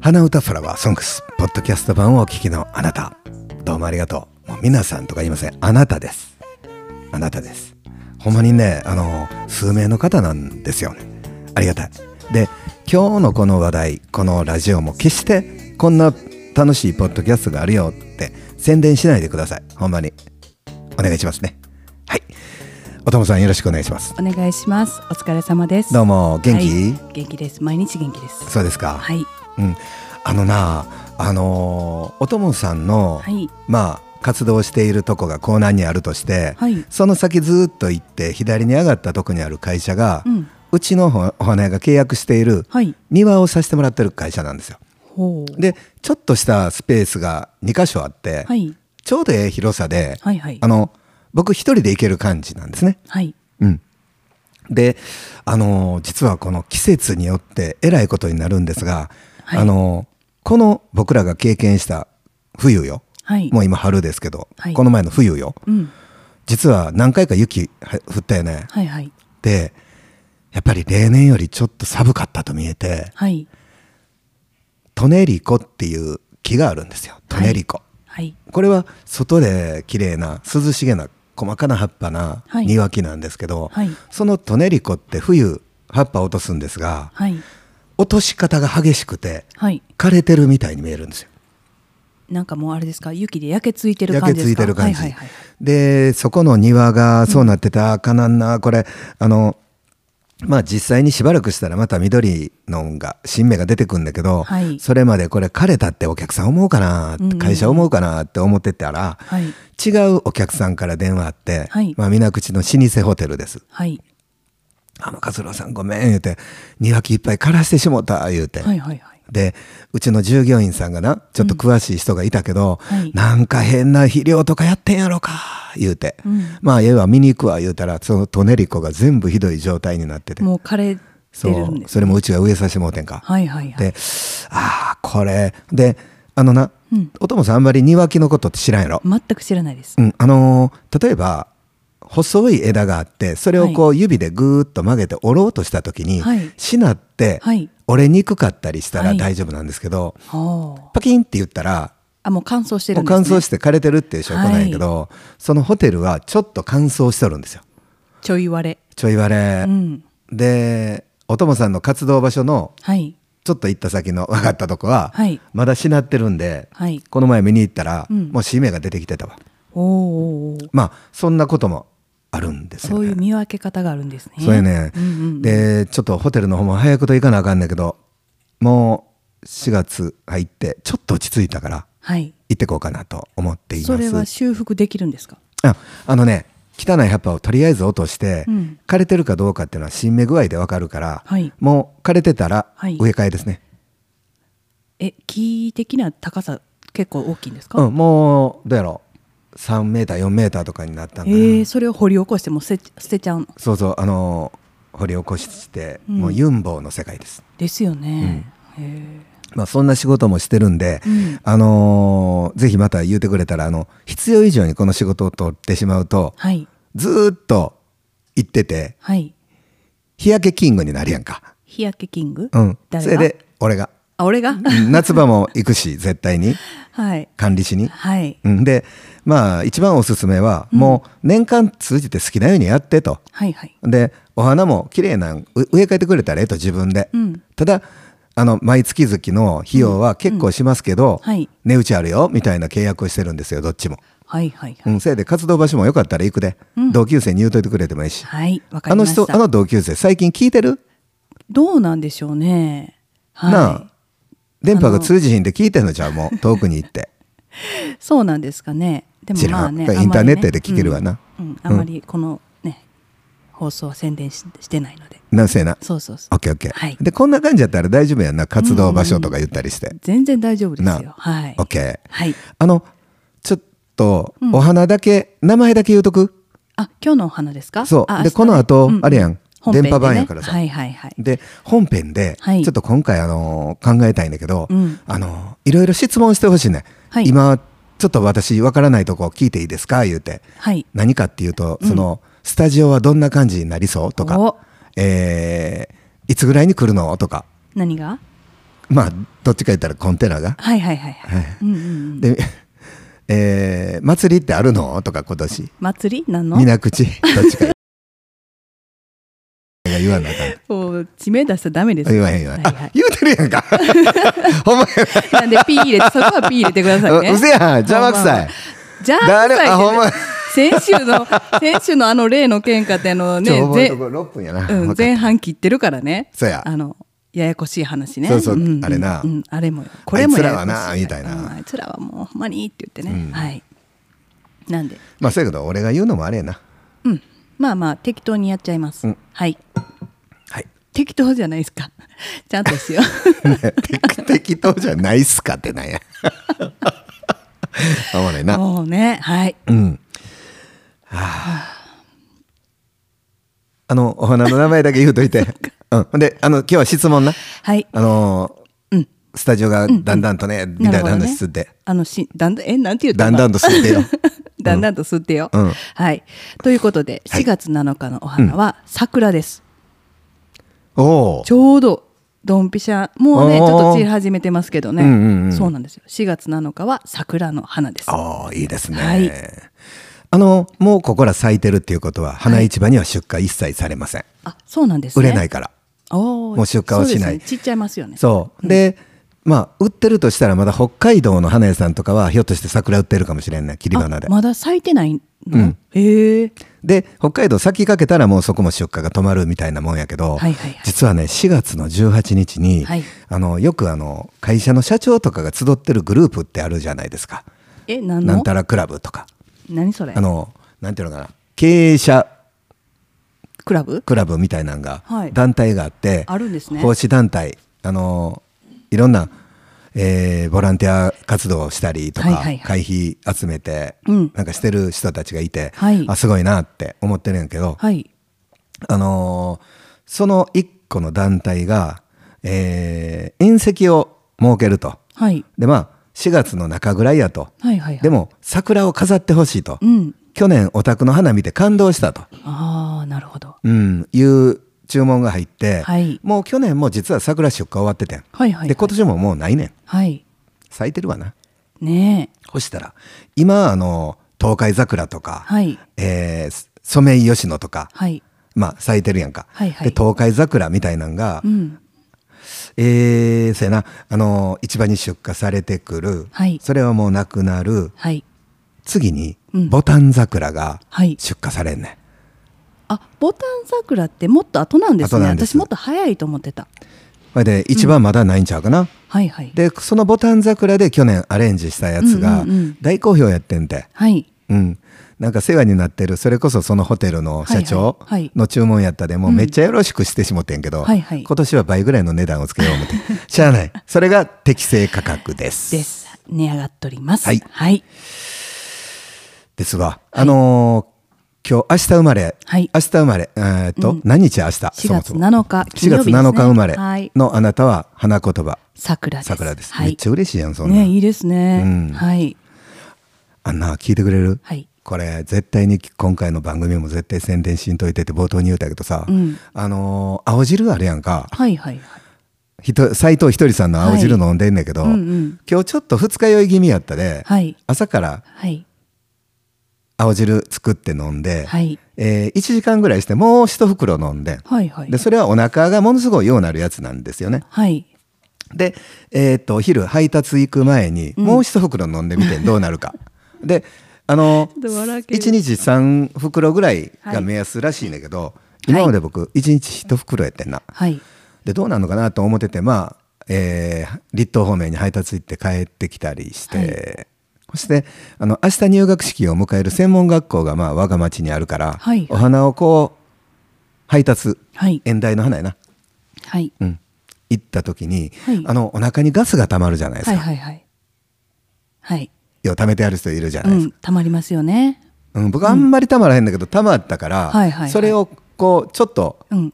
花歌フラワーソングスポッドキャスト版をお聞きのあなたどうもありがとうもう皆さんとか言いませんあなたですあなたですほんまにねあの数名の方なんですよねありがたいで今日のこの話題このラジオも決してこんな楽しいポッドキャストがあるよって宣伝しないでくださいほんまにお願いしますねはいおともさんよろしくお願いしますお願いします。お疲れ様です。どうも元気、はい元気です。毎日元気です。そうですか、はい。うん、あのなあのーおともさんの、はい。まあ活動しているとこが江南にあるとして、はい。その先ずーっと行って左に上がったとこにある会社が、う。うんちのほお花屋が契約しているはい。庭をさせてもらってる会社なんですよ。ほう。でちょっとしたスペースが2箇所あって、はい。ちょうどええ広さで、はいはいあ。の僕一人で行ける感じなんですね。はい。うん、で、あのー実はこの季節によってえらいことになるんですが、はいあのーこの僕らが経験した冬よ、はい。もう今春ですけど、はいこの前の冬ようん。実は何回か雪は降ったよね。はいはい。でやっぱり例年よりちょっと寒かったと見えてはい。トネリコっていう木があるんですよトネリコ。はい。これは外で綺麗な涼しげな細かな葉っぱなはい庭木なんですけど、はいそのトネリコって冬葉っぱ落とすんですがはい。落とし方が激しくてはい。枯れてるみたいに見えるんですよ。なんかもうあれですか。雪で焼けついてる焼け感じでつすいか。てる感じ、はいはいはい。でそこの庭がそうなってた、あかなんなこれあのまあ実際にしばらくしたらまた緑のが新芽が出てくんだけど、はいそれまでこれ枯れたってお客さん思うかな、うんうん会社思うかなって思ってたら、はい。違うお客さんから電話あって、はいまあ、水口の老舗ホテルです。はい。あの、勝郎さんごめん、言うて、庭木いっぱい枯らしてしもうた、言うて。はいはいはい。で、うちの従業員さんがな、ちょっと詳しい人がいたけど、うんはいなんか変な肥料とかやってんやろか、言うて。うんまあ、ええわ、見に行くわ、言うたら、そのトネリコが全部ひどい状態になってて。もう枯れてそるんうで、す。それもうちが植えさせてもうてんか。はいはいはい。で、ああ、これ。で、あのな、うんお友さんあんまり庭木のことって知らんやろ。全く知らないですう。ん、あのー例えば細い枝があってそれをこう指でぐーっと曲げて折ろうとした時に、はいしなってはい。折れにくかったりしたはらい大丈夫なんですけど、はあ。パキンって言ったらあもう乾燥してもうるんです乾ね。燥して枯れてるっていう証拠なんやけど、そのホテルはちょっと乾燥しとるんですよちょい割ちょい割れ。れう、ん。でおともさんの活動場所のはいちょっと行った先の分かったとこは、はいまだしなってるんで、はい。この前見に行ったら、うんもう新芽が出てきてたわおーおーおー。まあそんなこともあるんですよねそういう見分け方があるんですね。そうやね、うんうん、でちょっとホテルの方も早くと行かなあかんねんけどもう4月入ってちょっと落ち着いたからはい。行ってこうかなと思っていますそれは修復できるんですか。ああのね汚い葉っぱをとりあえず落として、うん枯れてるかどうかっていうのは新芽具合でわかるから、はいもう枯れてたらはい植え替えですね、え、木的な高さ結構大きいんですか。うん、もうどうやろう3メーター4メーターとかになったんかな、えーそれを掘り起こしてもう捨て捨てちゃうのそうそうあのー掘り起こして、うんもうユンボウの世界ですですよね。へまあ、そんな仕事もしてるんで、うんあのーぜひまた言ってくれたらあの必要以上にこの仕事を取ってしまうとーはいずーっと行っててはい。日焼けキングになるやんか、日焼けキング。うん、誰そがれで俺があ、俺が。 夏場も行くし絶対に はい管理し に、はいうん、でまあ一番おすすめは、もう年間通じて好きなようにやってとはいはい。でお花も綺麗なんう植え替えてくれたらええと自分で、うんただあの毎月々の費用は結構しますけど、はい値打ちあるよみたいな契約をしてるんですよどっちも、はいはいはうい。ん、せいで活動場所もよかったら行くで、うん同級生に言うといてくれてもいいし、はい、わかありのました。人あの同級生最近聞いてる、どうなんでしょうね。はい、なあ電波が通じひんで聞いてんのじゃあもう遠くに行ってそうなんですかね。でも知らんまあね、これあんまりインターネットで聞けるわなうん、うんあんまりこのね、放送は宣伝ししてないので。なんせやなそうそうそオッ。うケーオッケー、はいでこんな感じやったら大丈夫やんな活動場所とか言ったりして、全然大丈夫ですなよ。はいオッ。ケーはい。あのちょっとうんお花だけ、名前だけ言うとくあ、今日のお花ですか。そうであ明日ねこの後ううあれやん本編でね電波版やからさはいはいはい。で本編でちはょいっと今回あの考えたいんだけど、うんあのいろいろ質問してほしいね、はい今ちょっと私わからないとこ聞いていいですか言うてはい。何かっていうとその、スタジオはどんな感じになりそうとかお、えーいつぐらいに来るのとか何が。まあどっちか言ったらコンテナが、はいはいはいはい。はいうんうんうん、で、 えー祭りってあるのとか今年祭りなの皆口どっ ちかが言わなあかんこう地名出したらダメです言よ。わへん言わへん、はいはあ言うてるやん かほんまい、なんでピー入 れてそこはピー入れてくださいやね。 うせやん邪魔くさいじゃあ誰あほんま先週の先週のあの例の喧嘩ってあのちねょ覚えぜとこ6分やな、うん分かった前半切ってるからね。そうやあのややこしい話ね。そうそうんんあれなうんあれもこれもややこあしい。いつらはなみたいなうんあいつらはもうほんまにって言ってね。うんはい。なんでまあそうやけど俺が言うのもあれやなうんまあまあ適当にやっちゃいます。うんはい。はい適当じゃないですか。 ちゃんとしよ。ね適適当じゃないっすかってなんや おもろいう なもうね、はい。うんあのお花の名前だけ言うとい てうんほんであの今日は質問なはい。あのーうんスタジオがだんだんとね、みたいなるほどね話すって、あのし、だんだん、え、なんて言っただんだんと吸ってよ だんだんと吸ってよ。うんはい。ということで、はい4月7日のお花は桜です。おおちょうど、ドンピシャ、もうね、ちおーょっと散り始めてますけどね。うんうんうんそうなんですよ。4月7日は桜の花です。ああいいですね、はいあのもうここら咲いてるっていうことは花市場には出荷一切されません、あ、そうなんです売ね。。れないいからおーもう出荷はしないそうですね、ちっちゃいますよね。そうで、まあ売ってるとしたらまだ北海道の花屋さんとかはひょっとして桜売ってるかもしれんね切り花で、あまだ咲いてないの、うんへえ。で北海道先かけたらもうそこも出荷が止まるみたいなもんやけど、はいはいはい実はね4月の18日に、はいあのよくあの会社の社長とかが集ってるグループってあるじゃないですかえ、なんなのんたらクラブとか何それあのなんていうのかな経営者クラブクラブみたいなんが、はい団体があってあるんですね奉仕団体あのいろんな、えーボランティア活動をしたりとか、はいはいは会費集めて、うんなんかしてる人たちがいて、はいあすごいなって思ってるんやけど、はい。あのーその一個の団体が、えー宴席を設けるとはい。でまあ4月の中ぐらいやとはいはいはい。でも桜を飾ってほしいと、うん。去年お宅の花見て感動したと、ああ、なるほど。うん、いう注文が入って、はいもう去年も実は桜出荷終わっててん、はいはいはい。で今年ももうないねんはい。咲いてるわなねえ。ほしたら今あの東海桜とか、はい。えーソメイヨシノとか、はい。まあ、咲いてるやんか、はいはいで東海桜みたいなんが、うん。えー、そうやな、あの市場に出荷されてくる、はいそれはもうなくなるはい。次にうんボタン桜がはい。出荷されんね、あ、ボタン桜ってもっと後なんです後ね。なんです私もっと早いと思ってた。んほいで一番まだないんちゃうかな、はいはい。でそのボタン桜で去年アレンジしたやつがうんうんうん大好評やってんて、はい。うん、なんか世話になってるそれこそそのホテルの社長はいはいはいの注文やったでもううんめっちゃよろしくしてしもてんけど、はいはい今年は倍ぐらいの値段をつけよう思ってしゃあないそれが適正価格ですです。値上がっております。はいはい。ですが、あのー今日明日生まれ、はい明日生まれ、えーっと、うん何日明日4 4月7日。 4金月曜日ですね7日生まれはい。のあなたは花言葉桜です。桜です、はめっい。ちゃ嬉しいやんそんなねん、いいですね。うんはい。あんな聞いてくれる、はい。これ絶対に今回の番組も絶対宣伝しんといてって冒頭に言うたけどさ、うんあのー青汁あるやんかはいはいはい。ひと斉藤ひとりさんの青汁飲んでんねんけど、うんうん。今日ちょっと二日酔い気味やったで、はい。朝からはい。青汁作って飲んで、はい。え1時間ぐらいしてもう一袋飲んで、はいはいで。それはお腹がものすごいようなるやつなんですよね。はい。で、えー、とお昼配達行く前にもう一袋飲んでみ てどうなるか。であのちょっと笑うけど1日3袋ぐらいはがい目安らしいんだけど、今まで僕1日1袋やってんな。はい。でどうなるのかなと思っててまあ、えー立東方面に配達行って帰ってきたりして、はいそしてあの明日入学式を迎える専門学校がまあ我が町にあるから、はいお花をこう配達はい。縁台の花やなはい。うん、行った時に、はいあのお腹にガスが溜まるじゃないですか、はいはいはい。はい。要は溜めてある人いるじゃなういですんか、、たまりますよね。うん僕あんまり溜まらへんだけど溜まったから、はいはいはいそれをこうちょっとうん。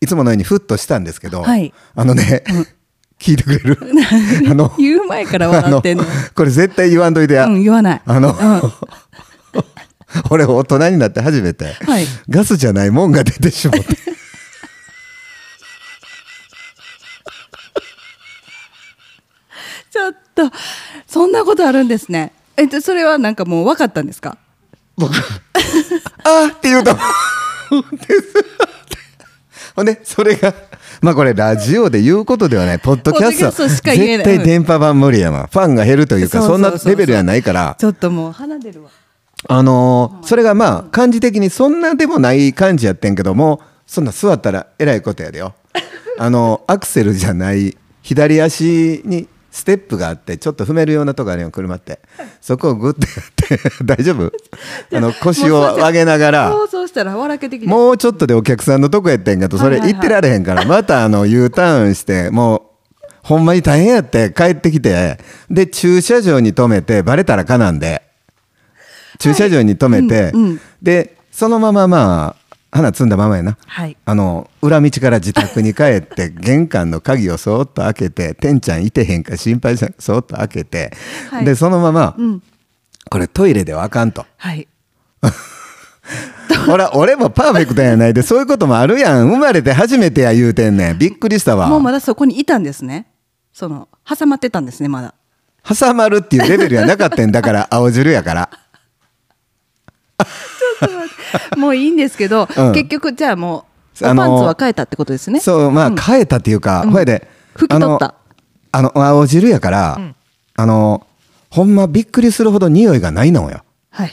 いつものようにふっとしたんですけど、はいあのね、 聞いてくれ るあの言う前から笑ってんの。あのこれ絶対言わんといてや、うん、言わない。あの、うん。俺大人になって初めて、はいガスじゃないもんが出てしまってあるんですねえっとそれはなんかもう分かったんですか僕あーって言うと思うんです ほんでそれがまあこれラジオで言うことではないポッドキャストはポッドキャストしか言えない絶対電波版無理やわファンが減るというかそうそそうんそうなそうレベルやないからちょっともう離れるわあのーそれがまあ感じ的にそんなでもない感じやってんけどもそんな座ったらえらいことやでよあのアクセルじゃない左足にステップがあってちょっと踏めるようなとこあるよ車ってそこをグッてやって 大丈夫あの腰を上げながらそうそうしたら笑けてきてもうちょっとでお客さんのとこやってんけどそれはいはいはい行ってられへんからまたあの U ターンしてもうほんまに大変やって帰ってきてで駐車場に止めてバレたらかなんで駐車場に止めてうんうんでそのまままあ花摘んだままやなはいあの裏道から自宅に帰って 玄関の鍵をそーっと開けて「てんちゃんいてへんか心配さそーっと開けてはいでそのままうんこれトイレではあかんと。はいほら、俺もパーフェクトやないで、そういうこともあるやん。生まれて初めてや言うてんねん。びっくりしたわ。もうまだそこにいたんですねその挟まってたんですね まだ挟まるっていうレベルやなかったんだから、青汁やから。もういいんですけうど、ん結局じゃあもうあおのパンツは変えたってことですねそう、まあ、変えたっていうか、ほいで、拭き取ったあの、あの青汁やから、あの、ほんまびっくりするほど匂いがないのよ。はいはい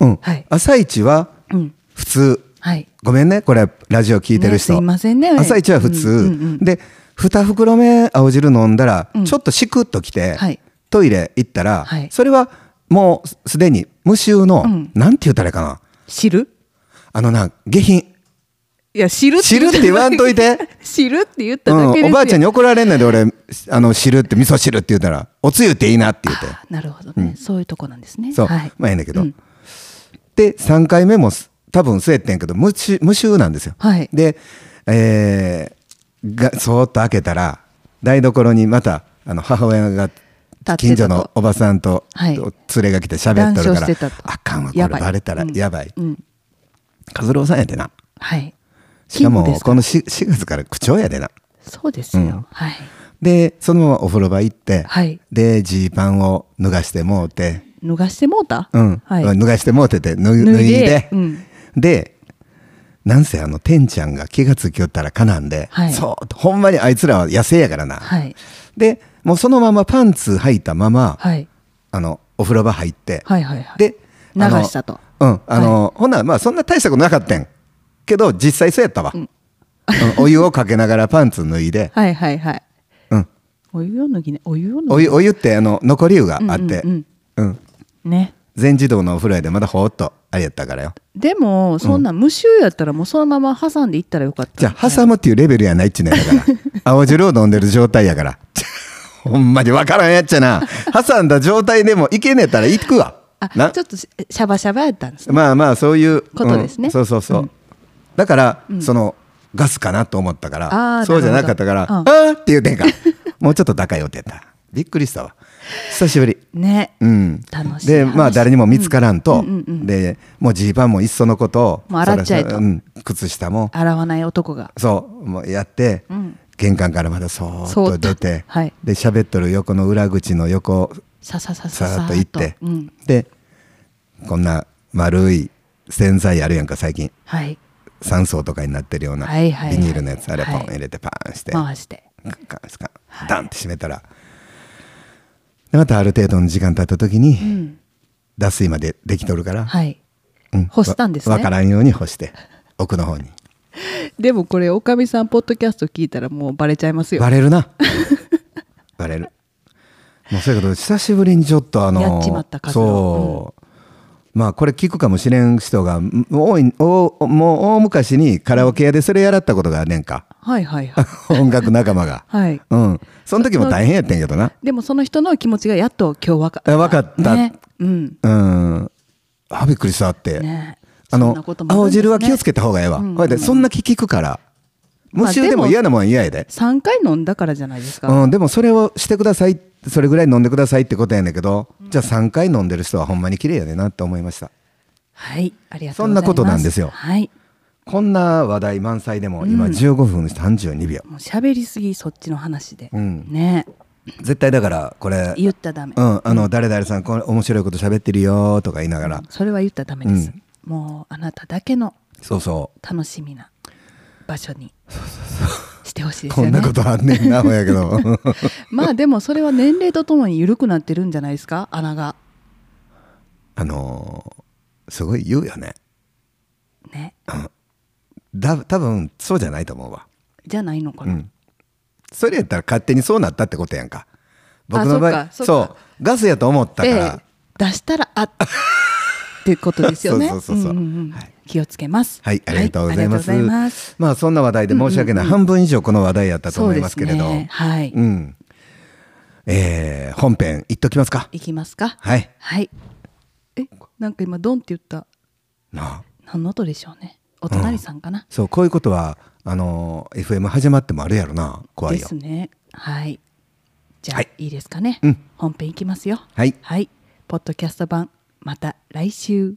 うん。はい朝一は、はいうん普通。はいごめんね、これ、ラジオ聞いてる人。ねすいませんね朝一は普通。うんうんうんで、2袋目青汁飲んだら、うんちょっとシクッときて、はいトイレ行ったら、はいそれはもうすでに無臭の、うんなんて言ったらいいかな。汁あのな、下品。いや汁汁って言わんといて 汁って言っうただん、けですよ、おばあちゃんに怒られんねんで俺あの汁って味噌汁って言ったらおつゆっていいなって言ってあーなるほどね、そういうとこなんですねそう、はい、まあええんだけど、うんで3回目もす多分据えてんけど無臭無臭なんですよ、はいで、えーがそーっと開けたら台所にまたあの母親がたと近所のおばさんとはい連れが来て喋っとるか談笑してたらとあかんわこれやばいバレたらうんやばいうん和郎さんやでなはいしかも勤務ですかこの 4, 月から口調やでなそうですよ、うんはいでそのままお風呂場行って、はいでジーパンを脱がしてもうて脱がしてもうた、うん、はい、脱がしてもうてて脱い脱脱いいでで、うんでなんせあのてんちゃんが気がつきよったらかなんで、はいそうほんまにあいつらは野生やからな、はいでもうそのままパンツ履いたまま、はいあのお風呂場入って、はいはいはいで流あのしたとうんあの、ほんならまあそんな大したことなかったんけど実際そうやったわ、うんお湯をかけながらパンツ脱いで、はいはいはいうん、お湯を脱ぎねお湯を脱ぎお湯お湯ってあの残り湯があって、うんうんうんね全自動のお風呂やでまだほーっとあれやったからよでもそんな無臭やったらもうそのまま挟んでいったらよかったじゃあ挟むっていうレベルやないっちゅうねんだ から青汁を飲んでる状態やから ちゃほんまに分からんやっちゃな挟んだ状態でもいけねえったら行くわあなちょっとしシャバシャバやったんですねまあまあそういうことですねうんそうそうそう、うんだから、そのガスかなと思ったかあらーそうじゃなかったから「なるほああ」って言うてんかもうちょっと高い予定だびっくりしたわ久しぶりねうん、楽しいで話まあ誰にも見つからんと、うんうんうんうんでもうジーパンもいっそのことをもう洗っちゃえとそらそらうん、靴下も洗わない男がそうもうやって、うん玄関からまたそーっそーとっと出てはいで喋っとる横の裏口の横ささささささーっと行って、うんでこんな丸い洗剤あるやんか最近はい酸素とかになってるようなビはいはいはいニールのやつあれポンはい入れてパーンして、回してカンスカンダンって閉めたらでまたある程度の時間経った時に、うん脱水までできとるから、はいうん干したんですねわわからんように干して奥の方にでもこれおかみさんポッドキャスト聞いたらもうバレちゃいますよバレるな バレるもうそういうこと久しぶりにちょっとあのやっちまった数そをう、まあこれ聞くかもしれん人がん多いおもう大昔にカラオケ屋でそれやらったことがあんねんか はいはいはい音楽仲間がはいうんその時も大変やってんけどなでもその人の気持ちがやっと今日わかったえわかったねうんうんあびっくりしたって、ねあそんのなこともあるん青ですね汁は気をつけた方がええわ、うんこれでそんな気聞くから無まあ臭ででもも嫌なもんは嫌やで3回飲んだからじゃないですか、うん、でもそれをしてくださいそれぐらい飲んでくださいってことやねんけど、じゃあ3回飲んでる人はほんまに綺麗やねんなって思いましたはいありがとうございますそんなことなんですよはいこんな話題満載でも今うん15分32秒、もう喋りすぎそっちの話で、うんね絶対だからこれ言ったらダメ、うん、あの誰々さんこれ面白いこと喋ってるよとか言いながら、それは言ったらダメです、うんもうあなただけのそうそ楽しみな場所にしてほしいうですこよねんなことあんねんなほやけど まあでもそれは年齢とともに緩くなってるんじゃないですか穴が あのーすごい言うよねねだ多分そうじゃないと思うわじゃないのかうな、んそれやったら勝手にそうなったってことやんか僕あの場合そっかそっかうガスやと思ったかでら、出したらあってことですよ ねそうそうそうそうんんんはい気をつけますはい、ありがとうございます。はありがとうございまますあ、そんな話題で申し訳ない、半分以上この話題やったとそう思いでますすけれど。ね、はい、うん。えー、本編いっときますか。いきますかはい。はいえなんか今ドンって言ったなあ何の音でしょうねお隣さんかな、そう、こういうことは、あのー FM 始まってもあるやろな。怖いでよす。ねはいじゃあ、はいい、いですかね、うん本編いきますよはいはいポッドキャスト版また来週